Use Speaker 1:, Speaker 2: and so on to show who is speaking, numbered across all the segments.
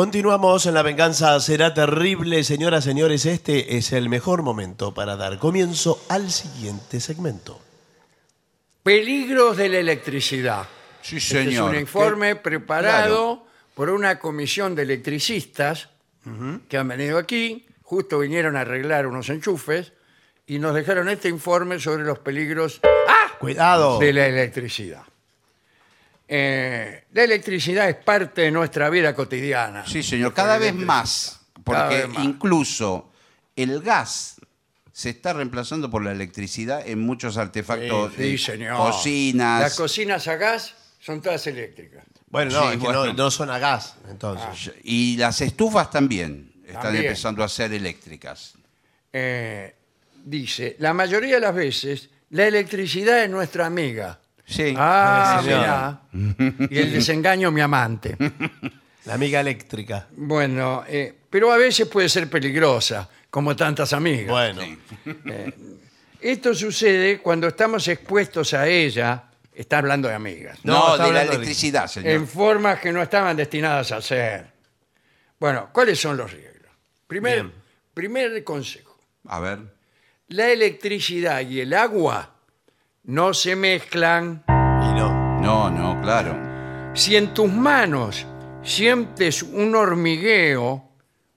Speaker 1: Continuamos en La Venganza Será Terrible. Señoras, señores, este es el mejor momento para dar comienzo al siguiente segmento.
Speaker 2: Peligros de la electricidad.
Speaker 3: Sí,
Speaker 2: Este es
Speaker 3: señor.
Speaker 2: un informe preparado por una comisión de electricistas que han venido aquí, justo vinieron a arreglar unos enchufes y nos dejaron este informe sobre los peligros ¡Ah!
Speaker 1: Cuidado.
Speaker 2: de la electricidad. Eh, la electricidad es parte de nuestra vida cotidiana.
Speaker 3: Sí, señor, cada vez más, porque
Speaker 2: Cada vez más.
Speaker 3: incluso el gas se está reemplazando por la electricidad en muchos artefactos,
Speaker 2: Sí,
Speaker 3: eh,
Speaker 2: señor.
Speaker 3: cocinas.
Speaker 2: Las cocinas a gas son todas eléctricas.
Speaker 1: Bueno, Ah. no,
Speaker 3: Sí,
Speaker 1: es que
Speaker 3: bueno.
Speaker 1: no, no son a gas, entonces.
Speaker 3: y las estufas también están
Speaker 2: También.
Speaker 3: empezando a ser eléctricas.
Speaker 2: Eh, dice, la mayoría de las veces la electricidad es nuestra amiga.
Speaker 3: Sí.
Speaker 2: Ah,
Speaker 1: Sí,
Speaker 2: mirá. Y el desengaño mi amante.
Speaker 1: La amiga eléctrica.
Speaker 2: Bueno, eh, pero a veces puede ser peligrosa, como tantas amigas.
Speaker 1: Bueno,
Speaker 2: Esto sucede cuando estamos expuestos a ella, está hablando de amigas,
Speaker 1: No,
Speaker 3: No,
Speaker 1: está
Speaker 3: de la
Speaker 1: hablando de-
Speaker 3: electricidad, señor.
Speaker 2: en formas que no estaban destinadas a ser. Bueno, ¿cuáles son los riesgos? Primer,
Speaker 1: Bien.
Speaker 2: primer consejo.
Speaker 3: A ver.
Speaker 2: La electricidad y el agua no se mezclan.
Speaker 1: y no.
Speaker 3: No, no, claro.
Speaker 2: Si en tus manos sientes un hormigueo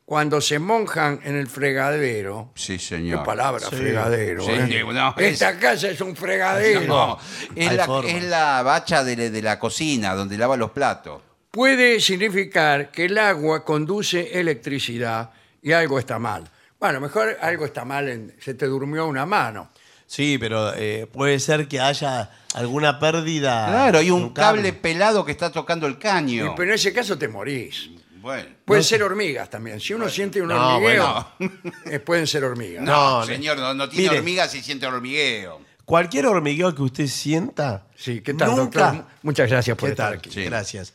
Speaker 2: cuando se monjan en el fregadero,
Speaker 3: Sí,
Speaker 2: qué
Speaker 3: señor.
Speaker 2: palabra fregadero.
Speaker 3: Sí,
Speaker 2: ¿eh?
Speaker 3: digo, no, es-
Speaker 2: Esta casa es un fregadero.
Speaker 3: No, es
Speaker 1: Hay
Speaker 3: la,
Speaker 1: forma.
Speaker 3: es la bacha de, de la cocina donde lava los platos.
Speaker 2: Puede significar que el agua conduce electricidad y algo está mal. Bueno, mejor algo está mal, en- se te durmió una mano.
Speaker 1: Sí, pero eh, puede ser que haya alguna pérdida.
Speaker 3: Claro, hay
Speaker 1: de
Speaker 3: un cable pelado que está tocando el
Speaker 2: Y-
Speaker 3: caño.
Speaker 2: pero en ese caso te morís.
Speaker 3: Bueno.
Speaker 2: Pueden ser hormigas también. Si uno siente un
Speaker 1: No,
Speaker 2: hormigueo, eh, pueden ser hormigas.
Speaker 3: No,
Speaker 1: No,
Speaker 3: señor, no, no tiene
Speaker 1: mire.
Speaker 3: hormigas si siente hormigueo.
Speaker 1: Cualquier hormigueo que usted sienta.
Speaker 2: Sí, ¿qué tal,
Speaker 1: nunca,
Speaker 2: doctor? Muchas gracias por
Speaker 1: ¿Qué
Speaker 2: estar
Speaker 1: tal?
Speaker 2: aquí.
Speaker 3: Sí.
Speaker 1: Gracias.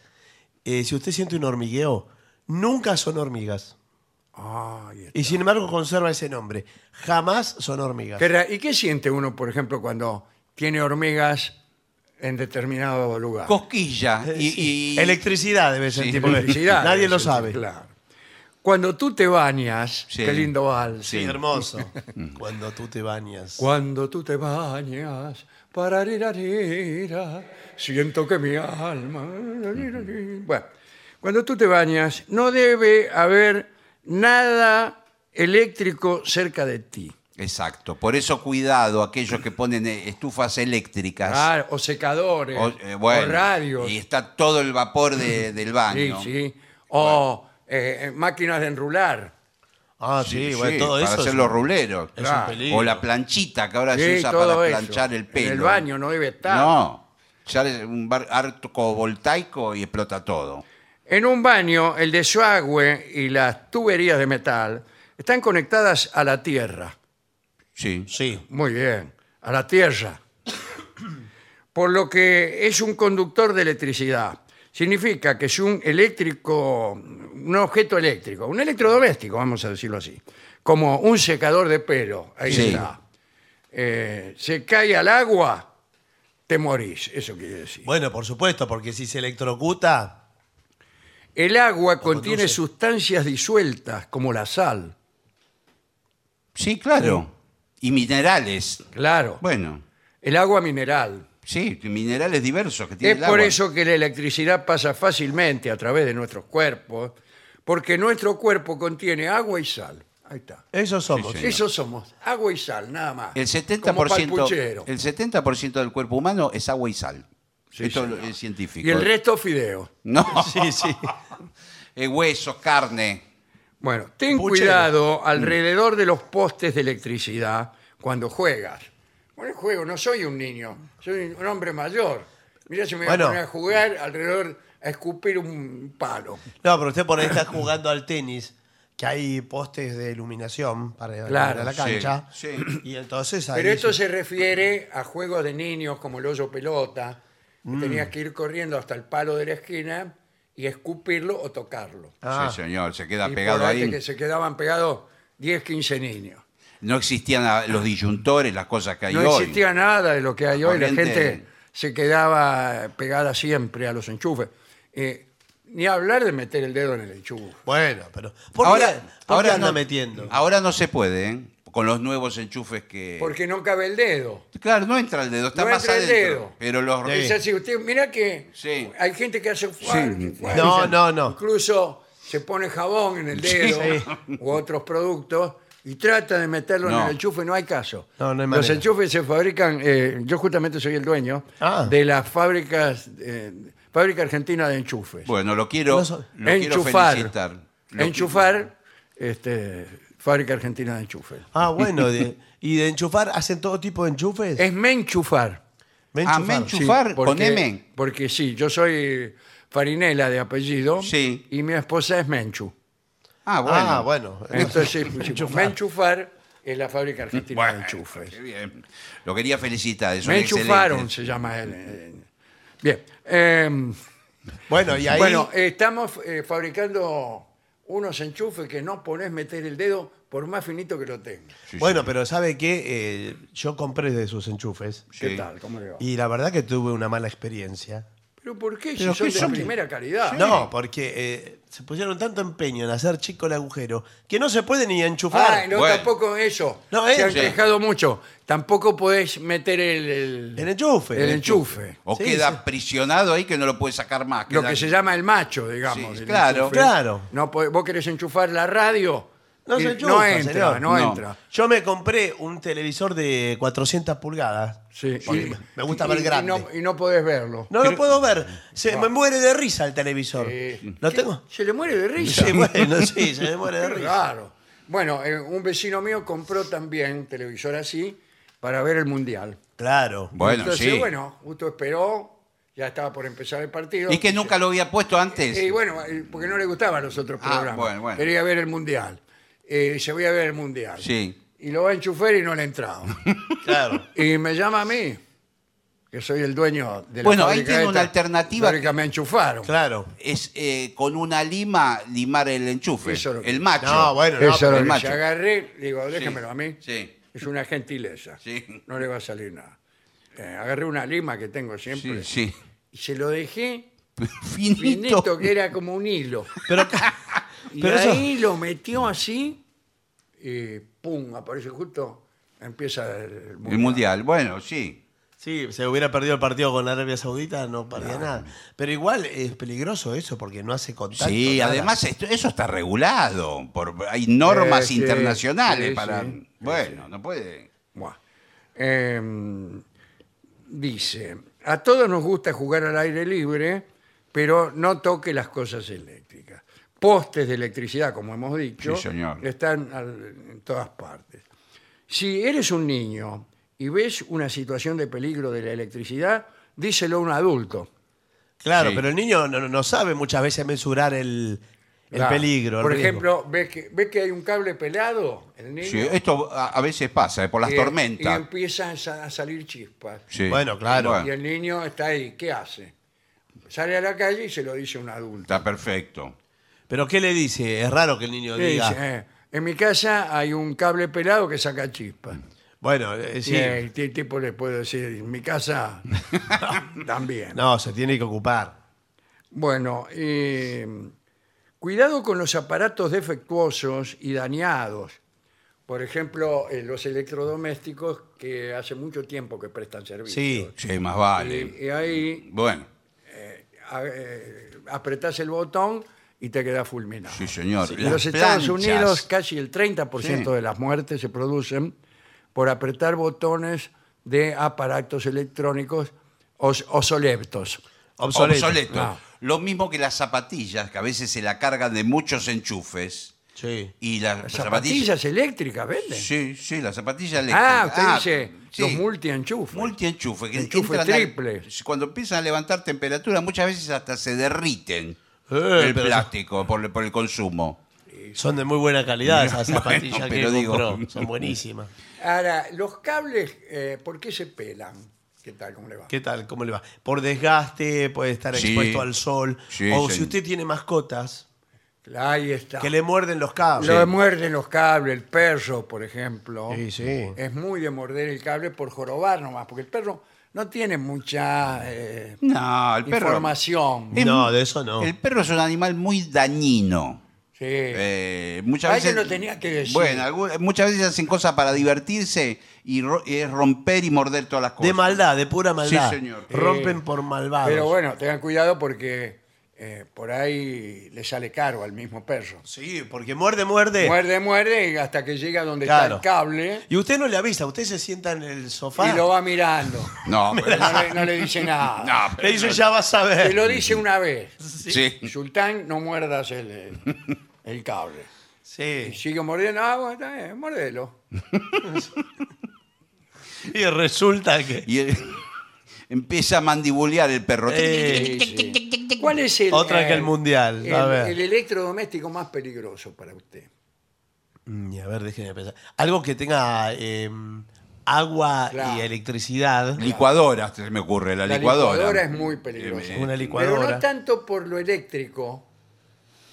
Speaker 1: Eh, si usted siente un hormigueo, nunca son hormigas.
Speaker 2: Ay,
Speaker 1: Y sin embargo conserva ese nombre. Jamás son hormigas.
Speaker 2: Pero, ¿Y qué siente uno, por ejemplo, cuando tiene hormigas en determinado lugar?
Speaker 3: Cosquilla
Speaker 1: Ah.
Speaker 3: y, y-
Speaker 1: Electricidad debe sentir.
Speaker 3: Sí,
Speaker 1: porque
Speaker 2: Electricidad,
Speaker 1: Nadie lo
Speaker 2: sí,
Speaker 1: sabe.
Speaker 2: Claro. Cuando tú te bañas,
Speaker 3: Sí.
Speaker 2: qué lindo vals.
Speaker 3: Sí.
Speaker 1: Hermoso. Cuando tú te bañas.
Speaker 2: Cuando tú te bañas, pararerarera, siento que mi alma. Bueno, cuando tú te bañas, no debe haber nada eléctrico cerca de ti.
Speaker 3: Exacto. Por eso cuidado aquellos que ponen eh, estufas eléctricas.
Speaker 2: Ah, o secadores,
Speaker 3: o,
Speaker 2: o,
Speaker 3: eh, bueno,
Speaker 2: radios.
Speaker 3: Y está todo el vapor de- del
Speaker 2: Sí,
Speaker 3: baño.
Speaker 2: sí. O eh, máquinas de enrular.
Speaker 1: Ah, sí, bueno, todo
Speaker 3: para
Speaker 1: eso. es
Speaker 3: hacer
Speaker 1: un-
Speaker 3: los ruleros.
Speaker 1: es
Speaker 2: Claro.
Speaker 1: un peligro.
Speaker 3: O la planchita que ahora
Speaker 2: Sí,
Speaker 3: se usa
Speaker 2: todo
Speaker 3: para
Speaker 2: eso.
Speaker 3: planchar el pelo.
Speaker 2: En el baño no debe estar.
Speaker 3: No. Sale un bar arco voltaico y explota todo.
Speaker 2: En un baño, el desagüe y las tuberías de metal están conectadas a la tierra.
Speaker 3: Sí.
Speaker 1: Sí.
Speaker 2: Muy bien, a la tierra. Por lo que es un conductor de electricidad. Significa que es un eléctrico, un objeto eléctrico, un electrodoméstico, vamos a decirlo así. Como un secador de pelo, ahí
Speaker 3: Sí.
Speaker 2: está. Eh, se cae al agua, te morís, eso quiere decir.
Speaker 1: Bueno, por supuesto, porque si se electrocuta.
Speaker 2: El agua contiene
Speaker 1: conduce.
Speaker 2: sustancias disueltas, como la sal.
Speaker 3: Sí, claro. Y minerales.
Speaker 2: Claro.
Speaker 3: Bueno,
Speaker 2: El agua mineral.
Speaker 3: sí, minerales diversos que tiene
Speaker 2: Es
Speaker 3: el
Speaker 2: por
Speaker 3: agua.
Speaker 2: eso que la electricidad pasa fácilmente a través de nuestros cuerpos, porque nuestro cuerpo contiene agua y sal. Ahí está.
Speaker 1: Eso somos.
Speaker 3: Sí, señor.
Speaker 2: Eso somos, agua y sal, nada más. Como
Speaker 3: El 70%,
Speaker 2: palpuchero.
Speaker 3: el 70 del cuerpo humano es agua y sal.
Speaker 2: Sí,
Speaker 3: Esto
Speaker 2: señor.
Speaker 3: es científico.
Speaker 2: Y el resto fideo.
Speaker 3: No,
Speaker 1: Sí, sí.
Speaker 3: es hueso, carne.
Speaker 2: Bueno, ten
Speaker 1: Puchero.
Speaker 2: cuidado
Speaker 3: Mm.
Speaker 2: alrededor de los postes de electricidad cuando juegas. Bueno, juego, no soy un niño, soy un hombre mayor. Mirá si me
Speaker 1: Bueno.
Speaker 2: voy a poner a jugar alrededor, a escupir un palo.
Speaker 1: No, pero usted por ahí está jugando al tenis, que hay postes de iluminación para,
Speaker 2: Claro,
Speaker 1: para la
Speaker 3: sí,
Speaker 1: cancha.
Speaker 3: sí.
Speaker 1: Y entonces ahí.
Speaker 2: Pero esto
Speaker 1: sí.
Speaker 2: se refiere a juegos de niños como el hoyo pelota. que
Speaker 3: Mm.
Speaker 2: Tenías que ir corriendo hasta el palo de la esquina y escupirlo o tocarlo.
Speaker 1: Ah.
Speaker 3: Sí, señor, se queda
Speaker 2: Y
Speaker 3: pegado
Speaker 2: por
Speaker 3: ahí.
Speaker 2: que se quedaban pegados 10, 15 niños.
Speaker 3: No existían ah, los disyuntores, las cosas que hay
Speaker 2: No
Speaker 3: hoy.
Speaker 2: existía nada de lo que hay hoy. La
Speaker 3: Corriente.
Speaker 2: gente se quedaba pegada siempre a los enchufes. Eh, Ni hablar de meter el dedo en el enchufe.
Speaker 1: Bueno, pero. ¿Por qué, por qué anda metiendo?
Speaker 3: Ahora no se puede, ¿eh? Con los nuevos enchufes que.
Speaker 2: Porque no cabe el dedo.
Speaker 3: Claro, no entra el dedo, está
Speaker 2: No
Speaker 3: más
Speaker 2: entra el
Speaker 3: adentro.
Speaker 2: dedo.
Speaker 3: Pero los
Speaker 1: Sí.
Speaker 2: Es así, usted, mira que
Speaker 3: Sí.
Speaker 2: hay gente que hace fuar, fuar,
Speaker 1: No,
Speaker 2: y-
Speaker 1: no, no.
Speaker 2: Incluso se pone jabón en el dedo u otros productos y trata de meterlo en
Speaker 3: No.
Speaker 2: el enchufe, no hay caso.
Speaker 1: No, no hay
Speaker 2: Los
Speaker 1: manera.
Speaker 2: enchufes se fabrican, eh, yo justamente soy el dueño
Speaker 1: Ah.
Speaker 2: de las fábricas, eh, fábrica argentina de enchufes.
Speaker 3: Bueno, lo quiero,
Speaker 1: No so-
Speaker 3: lo quiero
Speaker 2: enchufar,
Speaker 3: felicitar. Lo
Speaker 2: enchufar, este, fábrica argentina de enchufes.
Speaker 1: Ah, bueno, de- y de enchufar, ¿hacen todo tipo de enchufes?
Speaker 2: Es me enchufar.
Speaker 1: Me
Speaker 3: Ah, me
Speaker 1: enchufar.
Speaker 3: enchu- Enchufar, con M.
Speaker 2: Porque sí, yo soy Farinela de apellido
Speaker 3: Sí.
Speaker 2: y mi esposa es Menchu.
Speaker 3: quiero- Ah, bueno.
Speaker 1: Ah, bueno.
Speaker 2: Entonces, pusimos, Menchufar es la fábrica argentina
Speaker 3: Bueno,
Speaker 2: de enchufes.
Speaker 3: qué bien. Lo quería felicitar. es un
Speaker 2: Me enchufaron,
Speaker 3: excelente-
Speaker 2: se llama él. eh, Bien. eh,
Speaker 1: Bueno, y ahí.
Speaker 2: Bueno, eh, estamos eh, fabricando unos enchufes que no podés meter el dedo por más finito que lo tengas.
Speaker 3: Sí,
Speaker 1: bueno
Speaker 3: sí.
Speaker 1: pero ¿sabe qué? Eh, yo compré de sus enchufes.
Speaker 2: ¿Qué
Speaker 3: Sí.
Speaker 2: tal? ¿Cómo le va?
Speaker 1: Y la verdad que tuve una mala experiencia.
Speaker 2: ¿Pero por qué? Si
Speaker 3: ¿Pero
Speaker 2: son de
Speaker 3: qué son?
Speaker 2: primera calidad.
Speaker 1: No, porque eh, se pusieron tanto empeño en hacer chico el agujero que no se puede ni enchufar.
Speaker 2: Ah, no,
Speaker 3: Bueno.
Speaker 2: tampoco eso.
Speaker 1: No,
Speaker 2: Se han
Speaker 1: eso.
Speaker 2: quejado mucho. Tampoco podés meter el... El,
Speaker 1: El enchufe.
Speaker 2: el enchufe.
Speaker 3: O
Speaker 1: Sí,
Speaker 3: queda
Speaker 1: sí.
Speaker 3: prisionado ahí que no lo puede sacar más.
Speaker 2: Lo
Speaker 3: queda-
Speaker 2: que se llama el macho, digamos.
Speaker 3: Sí,
Speaker 2: el
Speaker 3: claro.
Speaker 2: enchufe.
Speaker 1: Claro.
Speaker 2: No, po- vos querés enchufar la radio.
Speaker 1: No
Speaker 2: y
Speaker 1: se
Speaker 2: no
Speaker 1: enchufa,
Speaker 2: entra,
Speaker 1: señor.
Speaker 2: no
Speaker 3: No.
Speaker 2: entra.
Speaker 1: Yo me compré un televisor de 400 pulgadas.
Speaker 2: Sí,
Speaker 1: Porque
Speaker 2: y-
Speaker 1: me gusta
Speaker 2: y-
Speaker 1: ver
Speaker 2: y
Speaker 1: grande.
Speaker 2: no- Y no, podés verlo.
Speaker 1: No lo puedo ver. Se me muere de risa el televisor.
Speaker 2: Eh,
Speaker 1: ¿Lo
Speaker 2: Ah. ¿qué?
Speaker 1: tengo?
Speaker 2: Se le muere de risa.
Speaker 1: Sí, bueno, sí, se me muere de
Speaker 2: Qué
Speaker 1: risa.
Speaker 2: raro. Bueno, eh, un vecino mío compró también un televisor así para ver el mundial.
Speaker 1: Claro.
Speaker 3: Bueno,
Speaker 2: Entonces,
Speaker 3: sí.
Speaker 2: bueno, justo esperó, ya estaba por empezar el partido.
Speaker 3: Y que nunca lo había puesto antes.
Speaker 2: Y bueno, eh, porque no le gustaban los otros
Speaker 3: Ah,
Speaker 2: programas.
Speaker 3: bueno, bueno.
Speaker 2: Quería ver el mundial. Eh, se voy a ver el mundial.
Speaker 3: Sí.
Speaker 2: Y lo va a enchufar y no le ha entrado.
Speaker 1: Claro.
Speaker 2: y me llama a mí, que soy el dueño de la
Speaker 3: Bueno, ahí
Speaker 2: fábrica
Speaker 3: tiene una
Speaker 2: esta,
Speaker 3: alternativa.
Speaker 2: fábrica me enchufaron.
Speaker 1: Claro.
Speaker 3: Es eh, con una lima limar el enchufe.
Speaker 2: Eso lo que-
Speaker 3: El macho.
Speaker 1: No, bueno, no,
Speaker 2: Eso
Speaker 1: pero
Speaker 2: lo
Speaker 3: el
Speaker 2: que
Speaker 3: macho.
Speaker 2: yo agarré, digo, déjamelo
Speaker 3: Sí,
Speaker 2: a mí.
Speaker 3: sí.
Speaker 2: Es una gentileza.
Speaker 3: Sí.
Speaker 2: No le va a salir nada. Eh, agarré una lima que tengo siempre
Speaker 3: Sí, sí.
Speaker 2: y se lo dejé
Speaker 3: Finito.
Speaker 2: finito, que era como un hilo.
Speaker 1: pero,
Speaker 2: Y
Speaker 1: pero eso-
Speaker 2: ahí lo metió así y pum, aparece justo, empieza el mundial.
Speaker 3: El mundial. Bueno, sí.
Speaker 1: Sí, se hubiera perdido el partido con Arabia Saudita, no perdía nada. Pero igual es peligroso eso porque no hace contacto.
Speaker 3: Sí,
Speaker 1: nada.
Speaker 3: además eh, esto- eso está regulado. Por, hay
Speaker 2: Eh,
Speaker 3: normas
Speaker 2: sí,
Speaker 3: internacionales
Speaker 2: sí,
Speaker 3: para.
Speaker 2: sí, sí,
Speaker 3: bueno, no puede.
Speaker 2: Buah. Eh, dice, a todos nos gusta jugar al aire libre, pero no toque las cosas eléctricas. Postes de electricidad, como hemos dicho,
Speaker 3: Sí, señor.
Speaker 2: están al- en todas partes. Si eres un niño y ves una situación de peligro de la electricidad, díselo a un adulto.
Speaker 1: Claro,
Speaker 3: Sí.
Speaker 1: pero el niño no, no sabe muchas veces mensurar el, el
Speaker 2: Claro.
Speaker 1: peligro. el
Speaker 2: Por
Speaker 1: riesgo.
Speaker 2: ejemplo, ves que, ves que hay un cable pelado, el niño,
Speaker 3: Sí, esto a, a veces pasa, eh, por las
Speaker 2: y-
Speaker 3: tormentas.
Speaker 2: y empiezan a sa- a salir chispas.
Speaker 3: Sí.
Speaker 1: Bueno, claro.
Speaker 2: Y el niño está ahí, ¿qué hace? Sale a la calle y se lo dice un adulto.
Speaker 3: está perfecto.
Speaker 1: Pero ¿qué le dice? Es raro que el niño
Speaker 2: Le
Speaker 1: diga.
Speaker 2: dice, eh, en mi casa hay un cable pelado que saca chispa.
Speaker 1: Bueno, eh, sí.
Speaker 2: Y el ti- tipo le puede decir, en mi casa también.
Speaker 1: No, se tiene que ocupar.
Speaker 2: Bueno, eh, cuidado con los aparatos defectuosos y dañados. Por ejemplo, eh, los electrodomésticos que hace mucho tiempo que prestan servicio.
Speaker 1: Sí.
Speaker 3: Sí, más vale.
Speaker 2: Y, y ahí
Speaker 3: Bueno,
Speaker 2: a- eh, apretás el botón y te quedás fulminado.
Speaker 3: sí, señor.
Speaker 2: En
Speaker 3: Las
Speaker 2: los Estados
Speaker 3: planchas.
Speaker 2: Unidos casi el 30%
Speaker 3: Sí.
Speaker 2: de las muertes se producen por apretar botones de aparatos electrónicos os- obsoletos.
Speaker 1: Obsoleto.
Speaker 3: Obsoleto.
Speaker 2: No.
Speaker 3: Lo mismo que las zapatillas, que a veces se la cargan de muchos enchufes.
Speaker 1: Sí.
Speaker 3: Y las,
Speaker 2: Las
Speaker 3: zapatillas.
Speaker 2: zapatillas eléctricas venden.
Speaker 3: Sí, sí, las
Speaker 2: ah,
Speaker 3: zapatillas eléctricas.
Speaker 2: usted dice
Speaker 3: sí.
Speaker 2: los multienchufes.
Speaker 3: Multienchufe, que
Speaker 2: Enchufe
Speaker 3: entran al-
Speaker 2: triple.
Speaker 3: cuando empiezan a levantar temperatura, muchas veces hasta se derriten
Speaker 1: Eh,
Speaker 3: el
Speaker 1: pero-
Speaker 3: plástico por, por el consumo.
Speaker 1: Son de muy buena calidad esas
Speaker 3: Bueno,
Speaker 1: zapatillas
Speaker 3: pero
Speaker 1: que
Speaker 3: digo-
Speaker 1: compró. Son buenísimas.
Speaker 2: Ahora, los cables, eh, ¿por qué se pelan? ¿Qué tal? ¿Cómo le va?
Speaker 1: ¿Qué tal? ¿Cómo le va? Por desgaste, puede estar
Speaker 3: Sí.
Speaker 1: expuesto al sol.
Speaker 3: Sí,
Speaker 1: o
Speaker 3: sí.
Speaker 1: si usted tiene mascotas,
Speaker 2: Ahí está.
Speaker 1: que le muerden los cables.
Speaker 2: Lo muerden los cables, el perro, por ejemplo.
Speaker 1: Sí, sí.
Speaker 2: Es muy de morder el cable por jorobar nomás, porque el perro no tiene mucha eh,
Speaker 3: No, el perro.
Speaker 2: información.
Speaker 3: Es-
Speaker 1: No, de eso no.
Speaker 3: El perro es un animal muy dañino.
Speaker 2: Sí.
Speaker 3: Eh, muchas
Speaker 2: Alguien
Speaker 3: veces,
Speaker 2: lo tenía que decir.
Speaker 3: Bueno, algu- muchas veces hacen cosas para divertirse y ro- y es romper y morder todas las cosas.
Speaker 1: De maldad, de pura maldad.
Speaker 3: señor.
Speaker 1: Rompen
Speaker 2: Eh,
Speaker 1: por malvados.
Speaker 2: Pero bueno, tengan cuidado porque eh, por ahí le sale caro al mismo perro.
Speaker 1: Sí, porque muerde, muerde.
Speaker 2: Muerde, muerde y hasta que llega donde está
Speaker 1: Claro.
Speaker 2: el cable
Speaker 1: Y usted no le avisa, usted se sienta en el sofá.
Speaker 2: y lo va mirando.
Speaker 3: No, pero-
Speaker 2: No le, no le dice nada.
Speaker 3: no, pero-
Speaker 1: Le dice, ya vas a
Speaker 2: Te
Speaker 1: ver.
Speaker 2: lo dice una vez.
Speaker 3: Sí.
Speaker 2: Sultán, no muerdas el, el cable. Y
Speaker 1: Sí.
Speaker 2: sigue mordiendo, ah, bueno, está bien, mordelo.
Speaker 1: Y resulta que.
Speaker 3: Y eh, empieza a mandibulear el perro.
Speaker 1: Eh,
Speaker 2: Este, Sí, sí. ¿Cuál es el,
Speaker 1: Otra que
Speaker 2: eh,
Speaker 1: el mundial,
Speaker 2: El,
Speaker 1: a ver.
Speaker 2: el electrodoméstico más peligroso para usted.
Speaker 1: Mm, a ver, déjenme pensar. Algo que tenga eh, agua y
Speaker 2: Claro.
Speaker 1: electricidad.
Speaker 3: Licuadora, se me ocurre, la,
Speaker 2: La
Speaker 3: licuadora.
Speaker 2: es muy peligrosa.
Speaker 1: Una licuadora.
Speaker 2: Pero no tanto por lo eléctrico,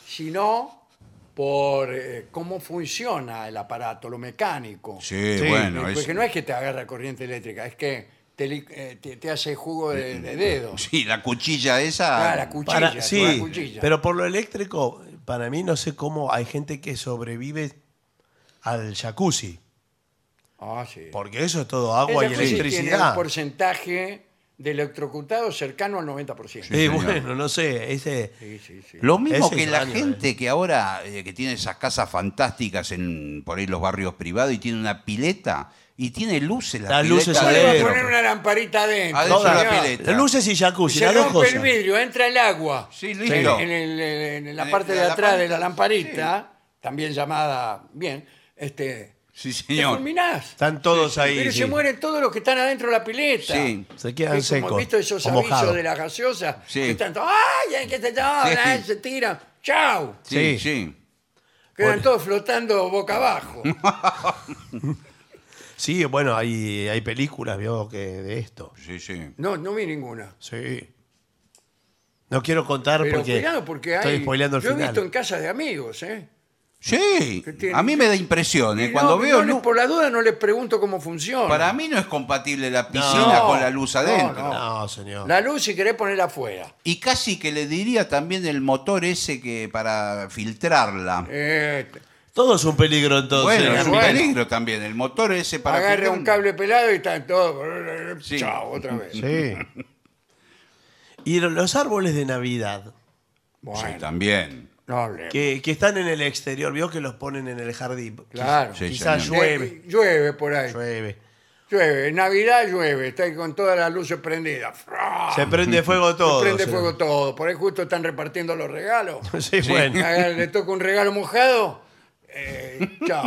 Speaker 2: sino por eh, cómo funciona el aparato, lo mecánico.
Speaker 3: Sí,
Speaker 1: Sí,
Speaker 3: bueno.
Speaker 2: Porque
Speaker 3: es-
Speaker 2: no es que te agarra corriente eléctrica, es que te, li- eh, te- te hace jugo de, de dedos.
Speaker 3: Sí, la cuchilla esa.
Speaker 2: Ah, la cuchilla,
Speaker 1: Para-
Speaker 2: con la
Speaker 1: sí,
Speaker 2: cuchilla.
Speaker 1: pero por lo eléctrico, para mí no sé cómo hay gente que sobrevive al jacuzzi.
Speaker 2: Ah, sí.
Speaker 1: Porque eso es todo
Speaker 2: El
Speaker 1: agua y
Speaker 2: jacuzzi Tiene un
Speaker 1: electricidad.
Speaker 2: porcentaje de electrocutados cercano al 90%.
Speaker 3: Sí.
Speaker 1: Eh,
Speaker 3: señor.
Speaker 1: bueno, no sé, ese...
Speaker 2: Sí, sí, sí.
Speaker 3: Lo mismo
Speaker 1: Ese
Speaker 3: que
Speaker 1: es
Speaker 3: la
Speaker 1: daño,
Speaker 3: gente que ahora eh, que tiene esas casas fantásticas en por ahí los barrios privados y tiene una pileta y tiene luces la
Speaker 1: Las
Speaker 3: pileta
Speaker 1: luces
Speaker 2: Le va a
Speaker 1: adentro.
Speaker 2: poner una lamparita adentro.
Speaker 3: Adentro
Speaker 2: señor.
Speaker 3: la pileta.
Speaker 1: Luces y jacuzzi,
Speaker 2: Se
Speaker 1: las dos
Speaker 2: rompe el
Speaker 1: cosas.
Speaker 2: vidrio, entra el agua.
Speaker 3: Sí,
Speaker 2: En-
Speaker 3: listo.
Speaker 2: En, el- en- en la
Speaker 3: En
Speaker 2: parte
Speaker 3: el-
Speaker 2: de
Speaker 3: la
Speaker 2: atrás
Speaker 3: lamparita.
Speaker 2: de la lamparita, también llamada, bien, este,
Speaker 3: Sí,
Speaker 2: te
Speaker 3: señor.
Speaker 2: fulminás.
Speaker 1: Están todos ahí.
Speaker 2: Pero
Speaker 1: sí.
Speaker 2: se mueren todos los que están adentro de la pileta.
Speaker 3: Sí.
Speaker 1: Se
Speaker 2: Que
Speaker 1: quedan secos.
Speaker 2: Como visto esos
Speaker 1: o
Speaker 2: avisos
Speaker 1: mojados.
Speaker 2: de las gaseosas.
Speaker 3: Sí.
Speaker 2: Que están todos, ¡ay! ay, que se, no,
Speaker 3: Sí.
Speaker 2: ay, se tiran. ¡Chao!
Speaker 3: Sí,
Speaker 1: Sí.
Speaker 3: sí.
Speaker 2: Quedan
Speaker 1: Por-
Speaker 2: todos flotando boca abajo.
Speaker 1: Sí, bueno, hay, hay películas, vio, que de esto.
Speaker 3: Sí, sí.
Speaker 2: No, no vi ninguna.
Speaker 1: Sí. No quiero contar
Speaker 2: Pero
Speaker 1: porque,
Speaker 2: cuidado porque hay.
Speaker 1: estoy spoileando el
Speaker 2: yo he
Speaker 1: final.
Speaker 2: visto en casa de amigos, ¿eh?
Speaker 3: Sí,
Speaker 2: Que tiene-
Speaker 3: a mí me da impresión. ¿eh?
Speaker 2: No,
Speaker 3: Cuando
Speaker 2: no
Speaker 3: veo
Speaker 2: les-
Speaker 3: luz,
Speaker 2: por la duda no les pregunto cómo funciona.
Speaker 3: para mí no es compatible la piscina
Speaker 2: No.
Speaker 3: con la luz
Speaker 2: No,
Speaker 3: adentro.
Speaker 2: no.
Speaker 1: No, señor.
Speaker 2: La luz si querés poner afuera.
Speaker 3: Y casi que le diría también el motor ese que para filtrarla.
Speaker 2: Eh,
Speaker 1: Todo es un peligro entonces.
Speaker 3: bueno, es un
Speaker 2: bueno.
Speaker 3: peligro también. El motor ese para
Speaker 2: agarra
Speaker 3: filtrar-
Speaker 2: un cable pelado y están todos.
Speaker 3: Sí.
Speaker 2: Chao, otra vez.
Speaker 1: Sí. Y lo- los árboles de Navidad
Speaker 3: Sí,
Speaker 2: Bueno,
Speaker 3: también.
Speaker 2: no hablemos.
Speaker 1: que, que están en el exterior, vio que los ponen en el jardín.
Speaker 2: Claro.
Speaker 3: Sí,
Speaker 1: Quizás
Speaker 3: señor.
Speaker 1: llueve.
Speaker 2: Eh, llueve por ahí.
Speaker 1: Llueve.
Speaker 2: Llueve. En Navidad llueve. Está ahí con todas las luces prendidas. ¡Fra!
Speaker 1: Se prende fuego todo.
Speaker 2: Ah. prende
Speaker 1: se-
Speaker 2: fuego todo. Por ahí justo están repartiendo los regalos.
Speaker 1: Sí, bueno.
Speaker 2: Agarra- Le toca un regalo mojado. eh, chao.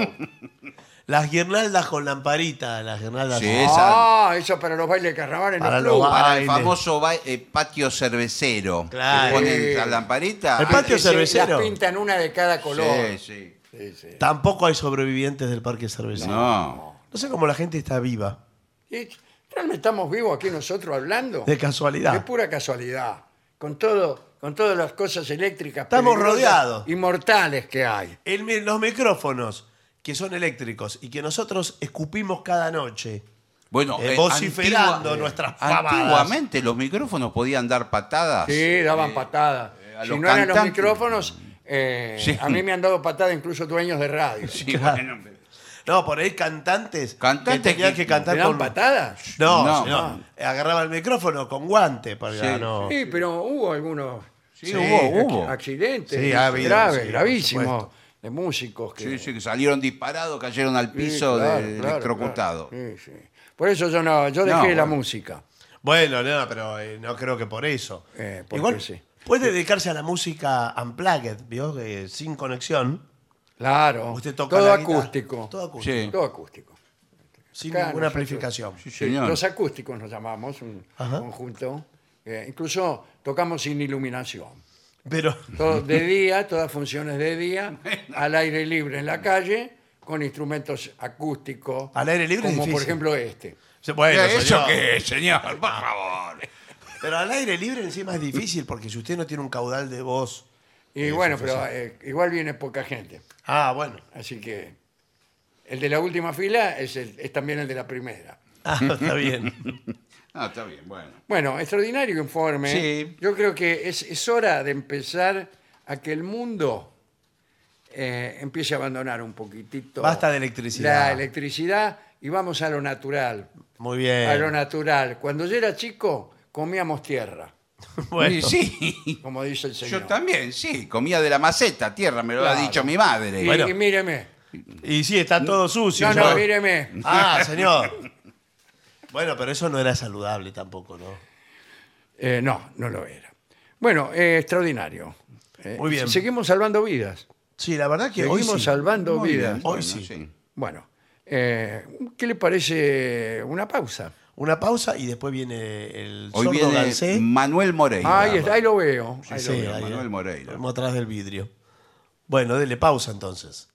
Speaker 1: Las guirnaldas con lamparita, las guirnaldas.
Speaker 3: Sí, es-
Speaker 2: Ah, eso para los bailes de carnaval en
Speaker 1: Para
Speaker 2: los
Speaker 1: los
Speaker 2: clubes.
Speaker 1: ba-
Speaker 3: Para el
Speaker 1: Aire.
Speaker 3: famoso ba- eh, patio cervecero.
Speaker 1: Claro.
Speaker 3: Que ponen
Speaker 2: Sí.
Speaker 3: la lamparita.
Speaker 1: El patio
Speaker 2: Que se-
Speaker 1: cervecero.
Speaker 2: Las pintan una de cada color.
Speaker 3: Sí, sí.
Speaker 2: Sí, sí.
Speaker 1: Tampoco hay sobrevivientes del parque cervecero. No.
Speaker 3: No.
Speaker 1: sé cómo la gente está viva.
Speaker 2: Y realmente estamos vivos aquí nosotros hablando.
Speaker 1: De
Speaker 2: Es
Speaker 1: casualidad.
Speaker 2: pura casualidad. Con todo, con todas las cosas eléctricas.
Speaker 1: Estamos
Speaker 2: peligrosas
Speaker 1: rodeados.
Speaker 2: Y mortales que hay.
Speaker 1: El mi- los micrófonos, que son eléctricos y que nosotros escupimos cada noche.
Speaker 3: Bueno,
Speaker 1: Eh,
Speaker 3: eh,
Speaker 1: vociferando
Speaker 3: antigua-
Speaker 1: nuestras pavadas.
Speaker 3: Antiguamente los micrófonos podían dar patadas.
Speaker 2: Sí, daban patadas.
Speaker 3: a
Speaker 2: si
Speaker 3: los
Speaker 2: no eran los
Speaker 3: cantantes.
Speaker 2: micrófonos, eh,
Speaker 3: Sí.
Speaker 2: a mí me han dado patadas incluso dueños de radio.
Speaker 3: Sí, bueno, pero-
Speaker 1: No, por ahí cantantes.
Speaker 3: Cantantes
Speaker 1: que tenían
Speaker 3: que-
Speaker 1: que
Speaker 2: ¿Te
Speaker 1: cantar
Speaker 2: dan
Speaker 1: con.
Speaker 2: patadas?
Speaker 1: No,
Speaker 3: No,
Speaker 1: no, Agarraba el micrófono con guante para
Speaker 3: Sí.
Speaker 1: no.
Speaker 2: Sí, pero hubo algunos
Speaker 3: Sí, hubo,
Speaker 2: ac-
Speaker 3: hubo.
Speaker 2: accidentes
Speaker 1: Sí, ha habido,
Speaker 2: graves,
Speaker 1: sí, por
Speaker 2: gravísimos,
Speaker 1: supuesto.
Speaker 2: de músicos que,
Speaker 3: Sí, sí, que salieron disparados, cayeron al
Speaker 2: Sí,
Speaker 3: piso
Speaker 2: claro,
Speaker 3: de-
Speaker 2: claro,
Speaker 3: electrocutado.
Speaker 2: claro. Sí, sí. Por eso yo no, yo dejé
Speaker 3: No,
Speaker 2: la
Speaker 3: bueno.
Speaker 2: música.
Speaker 1: Bueno, no, pero eh, no creo que por eso.
Speaker 2: Eh, porque
Speaker 1: Igual
Speaker 2: sí.
Speaker 1: puede dedicarse a la música unplugged, ¿vio? Que sin conexión.
Speaker 2: Claro.
Speaker 1: Usted toca
Speaker 2: Oh, todo
Speaker 1: la guitarra.
Speaker 2: acústico.
Speaker 1: Todo acústico.
Speaker 3: Sí.
Speaker 2: Todo acústico.
Speaker 1: Sin
Speaker 2: Claro,
Speaker 1: ninguna
Speaker 2: nosotros-
Speaker 1: amplificación.
Speaker 3: Sí, señor.
Speaker 2: Los acústicos nos llamamos, un
Speaker 1: Ajá.
Speaker 2: conjunto. Eh, incluso tocamos sin iluminación.
Speaker 1: Pero
Speaker 2: Todo de día, todas funciones de día, al aire libre en la calle, con instrumentos acústicos.
Speaker 1: Al aire libre es
Speaker 2: Como por
Speaker 1: difícil.
Speaker 2: ejemplo este.
Speaker 1: bueno,
Speaker 3: ¿Eso
Speaker 1: señor.
Speaker 3: qué es, señor? Por favor.
Speaker 1: Pero al aire libre encima es difícil porque si usted no tiene un caudal de voz.
Speaker 2: Y bueno, pero eh, igual viene poca gente.
Speaker 1: Ah, bueno.
Speaker 2: Así que el de la última fila es, el- es también el de la primera.
Speaker 1: Ah, está bien.
Speaker 3: Ah, está bien, bueno.
Speaker 2: Bueno, extraordinario informe.
Speaker 3: Sí.
Speaker 2: Yo creo que es, es hora de empezar a que el mundo eh, empiece a abandonar un poquitito.
Speaker 1: Basta de
Speaker 2: La
Speaker 1: electricidad.
Speaker 2: electricidad y vamos a lo natural.
Speaker 1: Muy
Speaker 2: A lo
Speaker 1: bien.
Speaker 2: natural. Cuando yo era chico, comíamos tierra,
Speaker 3: Y
Speaker 1: Bueno,
Speaker 3: sí,
Speaker 2: como dice el señor.
Speaker 3: yo también, sí. Comía de la maceta, tierra, me lo
Speaker 2: Claro.
Speaker 3: ha dicho mi madre.
Speaker 2: Y,
Speaker 1: Bueno.
Speaker 2: y míreme.
Speaker 1: y sí, está todo sucio.
Speaker 2: No, no,
Speaker 1: ya.
Speaker 2: míreme.
Speaker 1: Ah, señor. Bueno, pero eso no era saludable tampoco, ¿no?
Speaker 2: Eh, no, no lo era. Bueno, eh, extraordinario. Eh,
Speaker 1: Muy bien.
Speaker 2: Seguimos salvando vidas.
Speaker 1: Sí, la verdad que hoy
Speaker 2: Seguimos
Speaker 1: sí.
Speaker 2: salvando
Speaker 3: Muy bien,
Speaker 2: vidas.
Speaker 1: Hoy
Speaker 3: bueno,
Speaker 1: sí.
Speaker 2: Bueno, eh, ¿qué le parece una pausa?
Speaker 1: Una pausa y después viene el
Speaker 3: Hoy
Speaker 1: sordo
Speaker 3: viene
Speaker 1: Gansé.
Speaker 3: Manuel Moreira.
Speaker 2: ahí, está, ahí lo veo. ahí lo
Speaker 1: Sí,
Speaker 2: veo.
Speaker 1: ahí,
Speaker 3: Manuel
Speaker 1: eh.
Speaker 3: Moreira.
Speaker 1: Vamos atrás del vidrio. Bueno, dele pausa entonces.